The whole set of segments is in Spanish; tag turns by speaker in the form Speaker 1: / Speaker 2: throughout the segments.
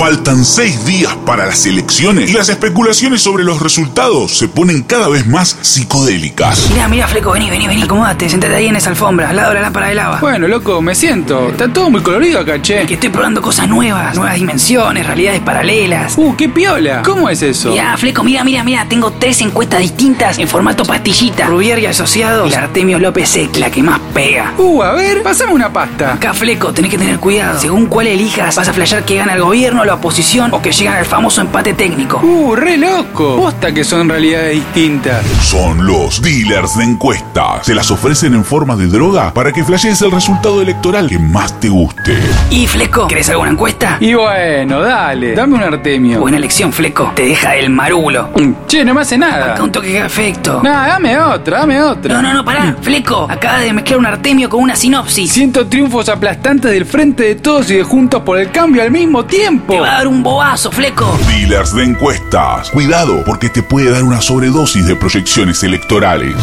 Speaker 1: Faltan seis días para las elecciones y las especulaciones sobre los resultados se ponen cada vez más psicodélicas.
Speaker 2: Mirá, mirá, Fleco, vení, vení, vení, acomodate, sentate ahí en esa alfombra, al lado de la lámpara de lava.
Speaker 3: Bueno, loco, me siento. Está todo muy colorido acá,
Speaker 2: Que
Speaker 3: che.
Speaker 2: estoy probando cosas nuevas, nuevas dimensiones, realidades paralelas.
Speaker 3: Uh, qué piola. ¿Cómo es eso?
Speaker 2: Mirá, Fleco, mira, mira, mira, tengo tres encuestas distintas en formato pastillita. Rubier y Asociados y la Artemio López X, la que más pega.
Speaker 3: Uh, a ver, pasame una pasta.
Speaker 2: Acá, Fleco, tenés que tener cuidado. Según cuál elijas, vas a flashear que gana el gobierno, la oposición o que llegan al famoso empate técnico.
Speaker 3: Uh, re loco. Posta que son realidades distintas.
Speaker 1: Son los dealers de encuestas. Se las ofrecen en forma de droga para que flashees el resultado electoral que más te guste.
Speaker 2: Y, Fleco, ¿querés alguna encuesta?
Speaker 3: Y bueno, dale. Dame un Artemio.
Speaker 2: Buena elección, Fleco. Te deja el marulo.
Speaker 3: Mm, Che, no me hace
Speaker 2: Acá
Speaker 3: nada.
Speaker 2: un toque de afecto.
Speaker 3: Nah, dame otra, dame
Speaker 2: No,
Speaker 3: otra.
Speaker 2: no, no, pará, Fleco. Acaba de mezclar un Artemio con una sinopsis.
Speaker 3: Siento triunfos aplastantes del frente de todos y de juntos por el cambio al mismo tiempo.
Speaker 2: Te va a dar un bobazo, Fleco.
Speaker 1: Dealers de encuestas. Cuidado porque te puede dar una sobredosis de proyecciones electorales.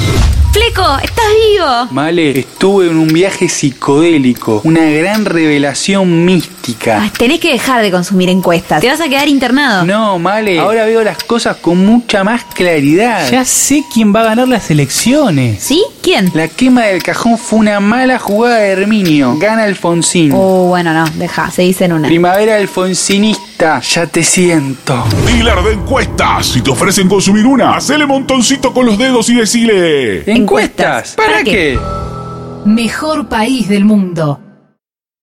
Speaker 4: Fleco, estás vivo.
Speaker 3: Male, estuve en un viaje psicodélico, una gran revelación
Speaker 4: Ay,
Speaker 3: mística.
Speaker 4: tenés que dejar de consumir encuestas. Te vas a quedar internado.
Speaker 3: No, Male, Ah. ahora veo las cosas con mucha más claridad.
Speaker 5: Ya sé quién va a ganar las elecciones.
Speaker 4: ¿Sí? ¿Quién?
Speaker 3: La quema del cajón fue una mala jugada de Herminio. Gana Alfonsín.
Speaker 4: Oh, bueno, no, deja, se dice en una.
Speaker 3: Primavera alfonsinista, ya te siento.
Speaker 1: Dealer de encuestas. Si te ofrecen consumir una, hacele montoncito con los dedos y decile.
Speaker 3: ¿Encuestas? ¿Para,
Speaker 4: ¿Para
Speaker 3: qué?
Speaker 4: qué?
Speaker 6: Mejor país del mundo.